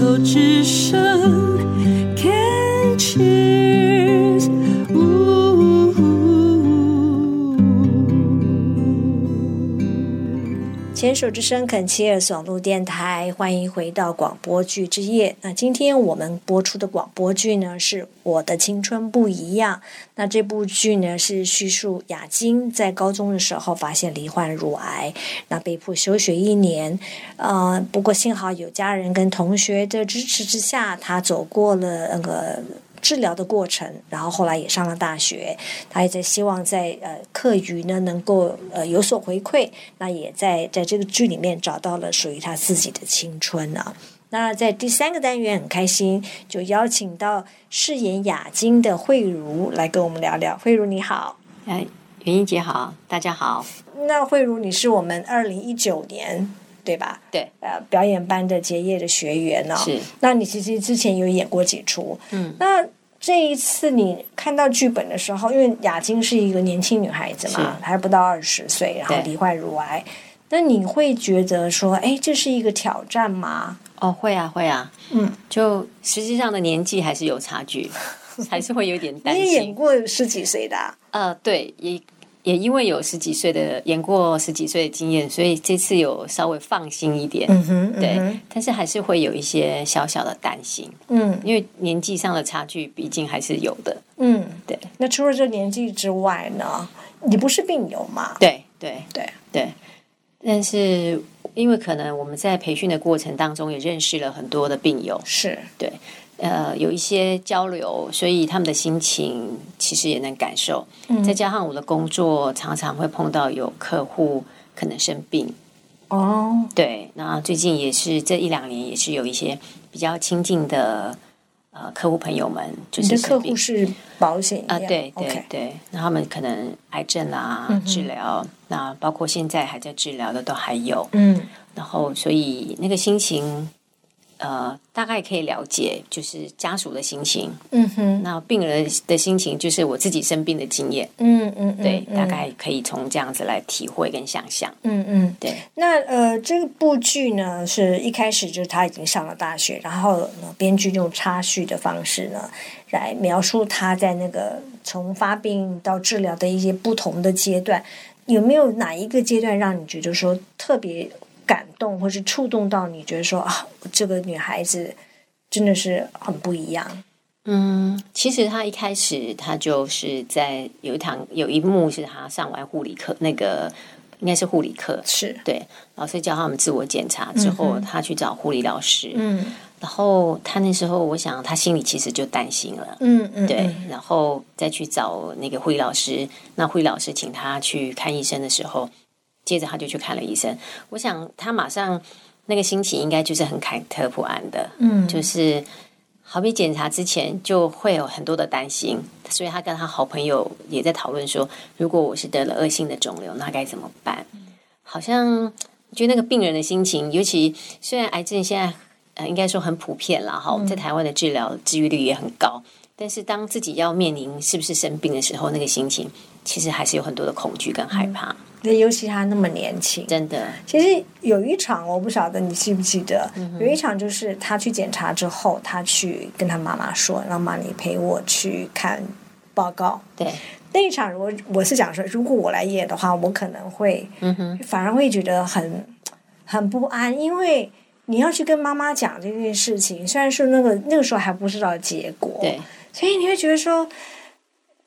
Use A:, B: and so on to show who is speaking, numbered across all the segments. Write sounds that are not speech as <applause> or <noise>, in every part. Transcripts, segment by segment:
A: 后只剩 can cheers。
B: 牵手之声肯切尔网络电台，欢迎回到广播剧之夜。那今天我们播出的广播剧呢是《我的青春不一样》。那这部剧呢是叙述雅晶在高中的时候发现罹患乳癌，那被迫休学一年。呃，不过幸好有家人跟同学的支持之下，她走过了那个。治疗的过程，然后后来也上了大学，他也在希望在呃课余呢能够呃有所回馈，那也在在这个剧里面找到了属于他自己的青春啊。那在第三个单元很开心，就邀请到饰演雅晶的慧茹来跟我们聊聊。慧茹你好，
C: 哎，袁英姐好，大家好。
B: 那慧茹你是我们二零一九年对吧？
C: 对，
B: 呃，表演班的结业的学员呢、哦，
C: 是，
B: 那你其实之前有演过几出，
C: 嗯，
B: 那这一次你看到剧本的时候，因为雅晶是一个年轻女孩子嘛，
C: 是
B: 还不到二十岁，然后
C: 对
B: 罹患乳癌，那你会觉得说，哎，这是一个挑战吗？
C: 哦，会啊，会啊，
B: 嗯，
C: 就实际上的年纪还是有差距，还是会有点
B: <laughs>
C: 担
B: 你也演
C: 心。
B: 过十几岁的、啊，
C: 呃，对，也也因为有十几岁的演过十几岁的经验，所以这次有稍微放心一点。
B: 嗯哼，
C: 对，但是还是会有一些小小的担心，
B: 嗯
C: 因为年纪上的差距毕竟还是有的。
B: 嗯，
C: 对，
B: 那除了这年纪之外呢，你不是病友嘛？
C: 对，对，
B: 对，
C: 对，但是因为可能我们在培训的过程当中也认识了很多的病友，
B: 是，
C: 对，呃，有一些交流，所以他们的心情其实也能感受。
B: 嗯
C: 再加上我的工作常常会碰到有客户可能生病，
B: 哦，
C: 对，那最近也是这一两年也是有一些比较亲近的呃客户朋友们，就
B: 你
C: 是
B: 的客
C: 生病
B: 户是保险业
C: 啊、对对
B: OK 嗯
C: 对，那他们可能癌症啊、治疗，那包括现在还在治疗的都还有，
B: 嗯
C: 然后所以那个心情，呃，大概可以了解，就是家属的心情，
B: 嗯哼，
C: 那病人的心情就是我自己生病的经验，
B: 嗯嗯，嗯
C: 对，
B: 嗯
C: 大概可以从这样子来体会跟想象，
B: 嗯嗯。
C: 对，
B: 那呃，这部剧呢，是一开始就是他已经上了大学，然后呢，编剧用插叙的方式呢，来描述他在那个从发病到治疗的一些不同的阶段，有没有哪一个阶段让你觉得说特别感动，或是触动到你觉得说啊，这个女孩子真的是很不一样？
C: 嗯，其实他一开始他就是在有一堂有一幕是他上完护理课，那个应该是护理课，
B: 是，
C: 对，老师教他们自我检查之后，他去找护理老师，
B: 嗯
C: 然后他那时候我想他心里其实就担心了。
B: 嗯嗯，
C: 对，然后再去找那个护理老师，那护理老师请他去看医生的时候，接着他就去看了医生。我想他马上那个心情应该就是很忐忑不安的，
B: 嗯，
C: 就是好比检查之前就会有很多的担心，所以他跟他好朋友也在讨论说，如果我是得了恶性的肿瘤，那该怎么办？
B: 嗯
C: 好像就那个病人的心情，尤其虽然癌症现在呃应该说很普遍了哈，
B: 嗯
C: 在台湾的治疗治愈率也很高，但是当自己要面临是不是生病的时候，那个心情其实还是有很多的恐惧跟害
B: 嗯
C: 怕，
B: 那尤其她那么年轻，
C: 真的
B: 其实有一场我不晓得你记不记得，
C: 嗯
B: 有一场就是他去检查之后，他去跟他妈妈说，让妈你陪我去看报告。
C: 对，
B: 那一场如果我是想说，如果我来演的话，我可能会
C: 嗯哼，
B: 反而会觉得很很不安，因为你要去跟妈妈讲这件事情，虽然说那个那个时候还不知道结果，
C: 对，
B: 所以你会觉得说，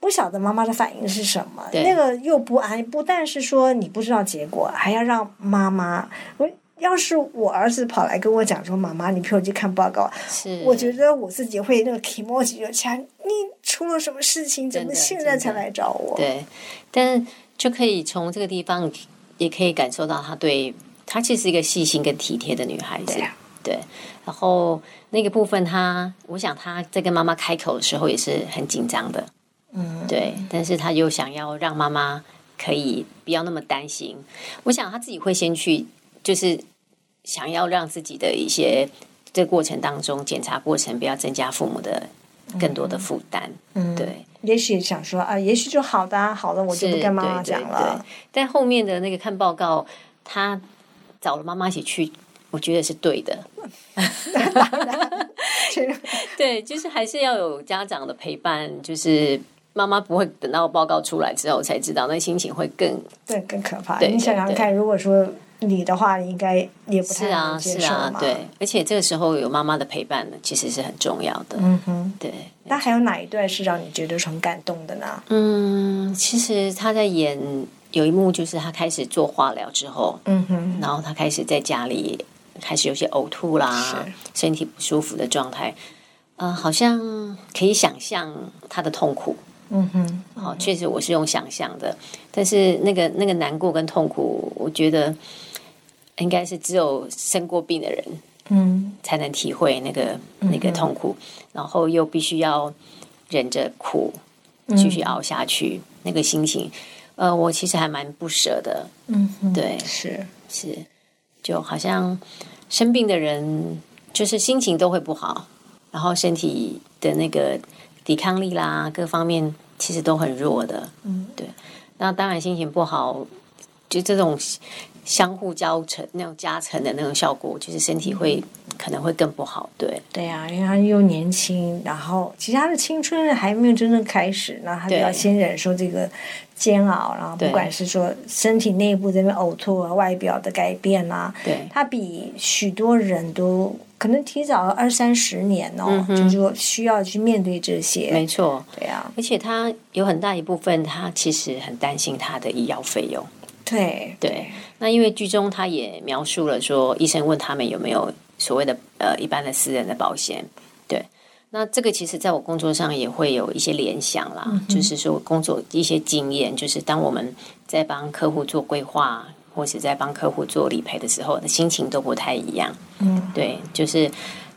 B: 不晓得妈妈的反应是什么，
C: 对
B: 那个又不安，不但是说你不知道结果，还要让妈妈。我要是我儿子跑来跟我讲说：“妈妈，你陪我去看报告。”
C: 是，
B: 我觉得我自己会那个 emoji 就掐，你出了什么事情？怎
C: 真
B: 么
C: 的
B: 现在才来找我？
C: 对，但就可以从这个地方，也可以感受到她对她其实是一个细心跟体贴的女孩子。
B: 对啊
C: 对然后那个部分她，我想她在跟妈妈开口的时候也是很紧张的。
B: 嗯，
C: 对，但是她又想要让妈妈可以不要那么担心。我想她自己会先去，就是想要让自己的一些这过程当中检查过程不要增加父母的更多的负担。
B: 嗯
C: 对。
B: 也许想说啊，也许就好的、啊，好了，我就是不跟妈妈
C: 对
B: 讲
C: 对
B: 了。
C: 对但后面的那个看报告，他找了妈妈一起去我觉得是对的。
B: <laughs>
C: 对，就是还是要有家长的陪伴，就是妈妈不会等到报告出来之后才知道，那心情会更
B: 对，更可怕。
C: 对
B: 你想想
C: 对
B: 看，如果说你的话，你应该也不
C: 是
B: 太能
C: 啊
B: 哎接
C: 是
B: 受
C: 啊
B: 嘛。，
C: 对，而且这个时候有妈妈的陪伴呢，其实是很重要的。
B: 嗯哼。
C: 对，
B: 那还有哪一段是让你觉得很感动的呢？
C: 嗯，其实他在演有一幕就是他开始做化疗之后，
B: 嗯哼，
C: 然后他开始在家里开始有些呕吐啦
B: 是，
C: 身体不舒服的状态，呃，好像可以想象他的痛苦。
B: 嗯哼，
C: 好，确实我是用想象的，但是那个那个难过跟痛苦，我觉得应该是只有生过病的人
B: 嗯，
C: 才能体会那个那个痛苦，然后又必须要忍着苦
B: 嗯
C: 继续熬下去，那个心情，呃，我其实还蛮不舍的，
B: 嗯哼，
C: 对，
B: 是，
C: 是，就好像生病的人，就是心情都会不好，然后身体的那个抵抗力啦，各方面其实都很弱的。嗯，对。那当然心情不好，就这种相互交成那种加成的那种效果，就是身体会可能会更不好。对，
B: 对呀、因为他又年轻，然后其实他的青春还没有真正开始，那他就
C: 对
B: 要先忍受这个煎熬，然后不
C: 对
B: 管是说身体内部这边呕吐啊、外表的改变啦、
C: 对，
B: 他比许多人都可能提早二三十年哦
C: 嗯，哼
B: 就就需要去面对这些。
C: 没错。
B: 对啊呀、
C: 而且他有很大一部分，他其实很担心他的医药费用。
B: 对
C: 对，那因为剧中他也描述了说，医生问他们有没有所谓的呃一般的私人的保险，对。那这个其实在我工作上也会有一些联想啦，
B: 嗯
C: 就是说工作一些经验，就是当我们在帮客户做规划，或是在帮客户做理赔的时候，的心情都不太一样。
B: 嗯，
C: 对，就是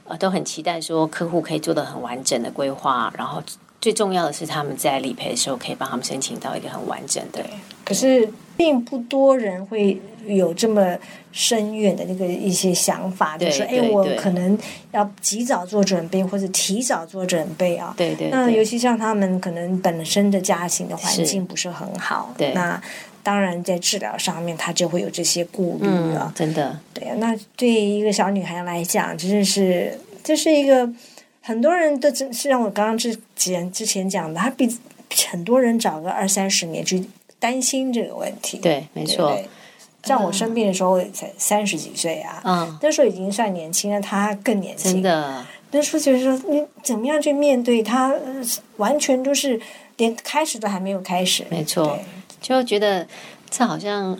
C: 呃都很期待说客户可以做的很完整的规划，然后最重要的是他们在理赔的时候可以帮他们申请到一个很完整的
B: 可是并不多人会有这么深远的那个一些想法，就
C: 对
B: 是说，哎，
C: 对
B: 我
C: 对
B: 可能要及早做准备，或者提早做准备啊。
C: 对对
B: 那
C: 对
B: 尤其像他们可能本身的家庭的环
C: 是
B: 境不是很好，
C: 对
B: 那当然在治疗上面他就会有这些顾虑了。
C: 嗯，真的，
B: 啊对呀，那对于一个小女孩来讲，真的是这是一个很多人都真是让我刚刚之前之前讲的，她比很多人找个二三十年去担心这个问题。
C: 对，没
B: 对不
C: 错。
B: 对，像我生病的时候我也才三十几岁啊。
C: 嗯，
B: 那时候已经算年轻了，她更年轻。
C: 真，的，
B: 那时候觉得说你怎么样去面对她，呃完全都是连开始都还没有开始。
C: 没错
B: 对，
C: 就觉得这好像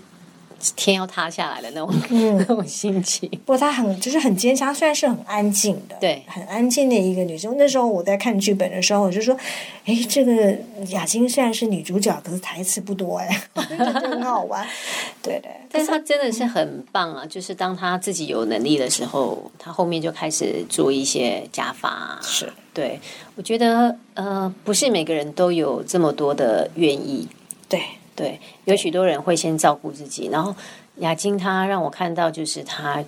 C: 天要塌下来的那种、
B: 嗯
C: <laughs> 那种心情。
B: 不过她很就是很坚强，她虽然是很安静的，
C: 对
B: 很安静的一个女生。那时候我在看剧本的时候，我就说，哎，这个雅欣虽然是女主角，可是台词不多
C: <laughs>
B: 哎，我就觉得很好玩。对的，
C: 但是他真的是很棒啊！就是当他自己有能力的时候，他后面就开始做一些加法。
B: 是
C: 对，我觉得呃，不是每个人都有这么多的愿意。
B: 对，
C: 对，有许多人会先照顾自己，然后雅晶她让我看到，就是她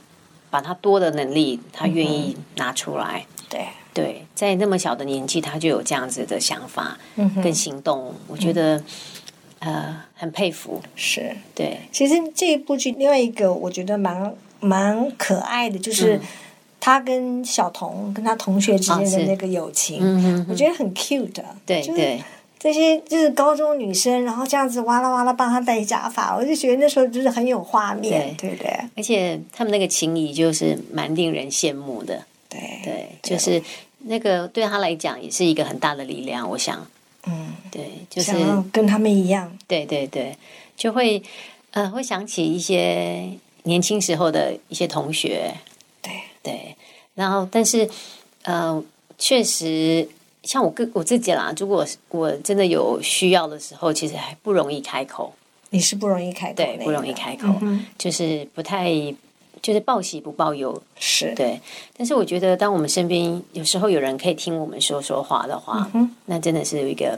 C: 把她多的能力，她愿
B: 嗯
C: 意拿出来。
B: 对，
C: 对，在那么小的年纪，他就有这样子的想法
B: 嗯哼，
C: 跟行动，我觉得、呃很佩服。
B: 是。
C: 对，
B: 其实这一部剧另外一个我觉得蛮蛮可爱的，就是
C: 嗯
B: 他跟小童跟他同学之间
C: 啊
B: 的
C: 是
B: 那个友情，
C: 嗯哼
B: 我
C: 哼，
B: 觉得很 cute 啊。
C: 对
B: 就是
C: 对
B: 这些就是高中女生，然后这样子哇啦哇啦帮她戴假发，我就觉得那时候就是很有画面，对不对？
C: 而且他们那个情谊就是蛮令人羡慕的。
B: 对，
C: 对，就是那个对他来讲也是一个很大的力量，我想。
B: 嗯，
C: 对，就是
B: 想要跟他们一样，
C: 对对对，就会呃会想起一些年轻时候的一些同学，
B: 对
C: 对，然后但是呃，确实像我个我自己啦，如果我真的有需要的时候，其实还不容易开口，
B: 你是不容易开口那
C: 对
B: 个，，
C: 不容易开口，
B: 嗯哼，
C: 就是不太就是报喜不报忧，
B: 是，
C: 对。但是我觉得，当我们身边有时候有人可以听我们说说话的话，
B: 哼
C: 那真的是有一个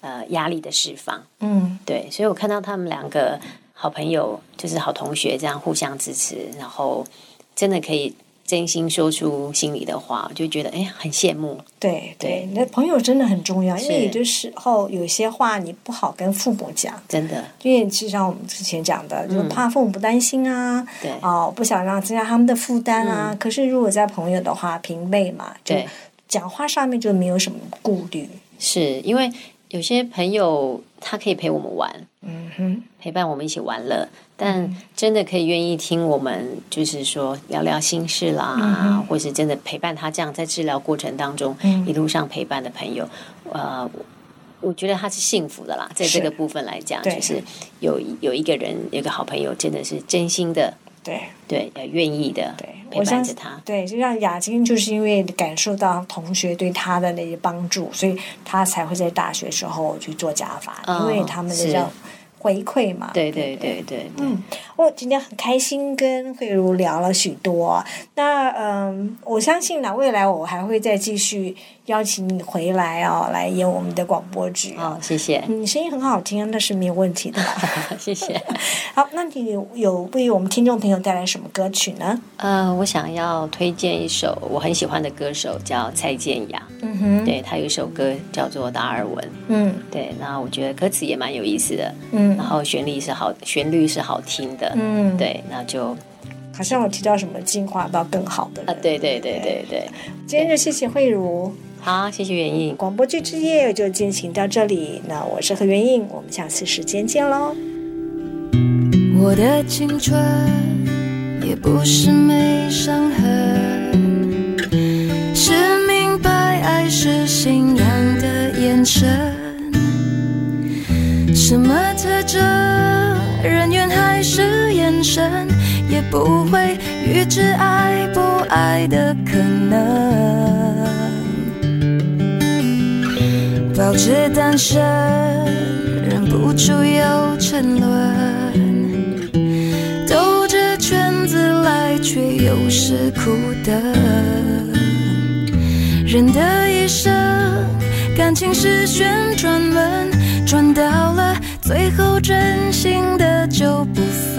C: 呃压力的释放。
B: 嗯，
C: 对，所以我看到他们两个好朋友，就是好同学，这样互相支持，然后真的可以真心说出心里的话，我就觉得哎，很羡慕。
B: 对
C: 对
B: 对，那朋友真的很重要，因为
C: 是
B: 有的时候有些话你不好跟父母讲，
C: 真的，
B: 因为就像我们之前讲的，就
C: 嗯
B: 怕父母不担心啊，
C: 对
B: 哦，不想让增加他们的负担啊。可是如果在朋友的话，平辈嘛，就
C: 嗯对，
B: 讲话上面就没有什么顾虑。
C: 是因为有些朋友他可以陪我们玩，
B: 嗯哼，嗯
C: 陪伴我们一起玩乐，但真的可以愿意听我们，就是说聊聊心事啦，
B: 嗯
C: 或是真的陪伴他这样在治疗过程当中、
B: 嗯
C: 一路上陪伴的朋友，呃，我我觉得他是幸福的啦，在这
B: 是
C: 个部分来讲，
B: 对
C: 就是有有一个人，有一个好朋友，真的是真心的，
B: 对
C: 对，呃，愿意的
B: 对，我
C: 陪伴
B: 相
C: 着
B: 信
C: 他，
B: 对，就像雅晶，就是因为感受到同学对她的那些帮助，所以她才会在大学时候去做假发，
C: 哦
B: 因为他们的
C: 是
B: 这样回馈嘛。
C: 对对对对，对
B: 嗯，我今天很开心跟慧茹聊了许多。那嗯，我相信呢，未来我还会再继续邀请你回来哦，来演我们的广播剧
C: 哦
B: 哦。，
C: 谢谢，
B: 你声音很好听，那是没有问题的。
C: <laughs> 谢谢。
B: <laughs> 好，那你有有为我们听众朋友带来什么歌曲呢？
C: 呃，我想要推荐一首我很喜欢的歌手，叫蔡健雅。
B: 嗯哼，
C: 对他有一首歌叫做《达尔文》，
B: 嗯
C: 对，那我觉得歌词也蛮有意思的，然
B: 嗯
C: 后旋律是好，旋律是好听的，
B: 嗯，，
C: 对，那就
B: 好像我提到什么进化到更好的人
C: 啊，对对对对对，
B: 今天就谢谢慧茹，
C: 好，谢谢袁颖。
B: 广播剧之夜就进行到这里。那我是何元应，我们下次时间见喽。
A: 我的青春也不是没伤痕，是明白爱是信仰的眼神。什么特征？人缘还是眼神，也不会预知爱不爱的可能。保持单身，忍不住又沉沦，兜着圈子来，却又是苦等。人的一生，感情是旋转门，转到了最后，真心的就不分。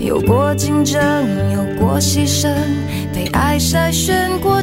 A: 有过竞争，有过牺牲，被爱筛选过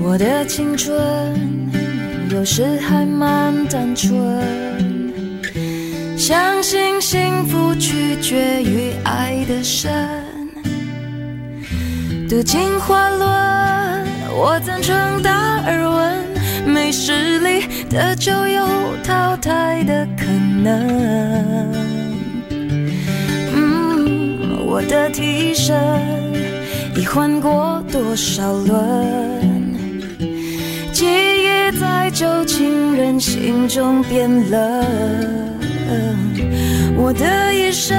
A: 我的青春有时还蛮单纯。相信幸福取决于爱的深。读进化论，我赞成达尔文，没实力的就有淘汰的可能。嗯，我的替身已换过多少轮？记忆在旧情人心中变冷。我的一生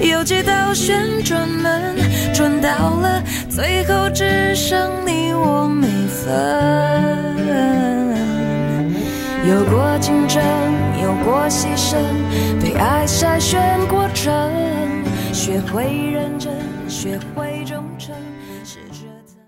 A: 有几道旋转门，转到了最后只剩你我没分。有过竞争，有过牺牲，被爱筛选过程，学会认真，学会忠诚，适者才。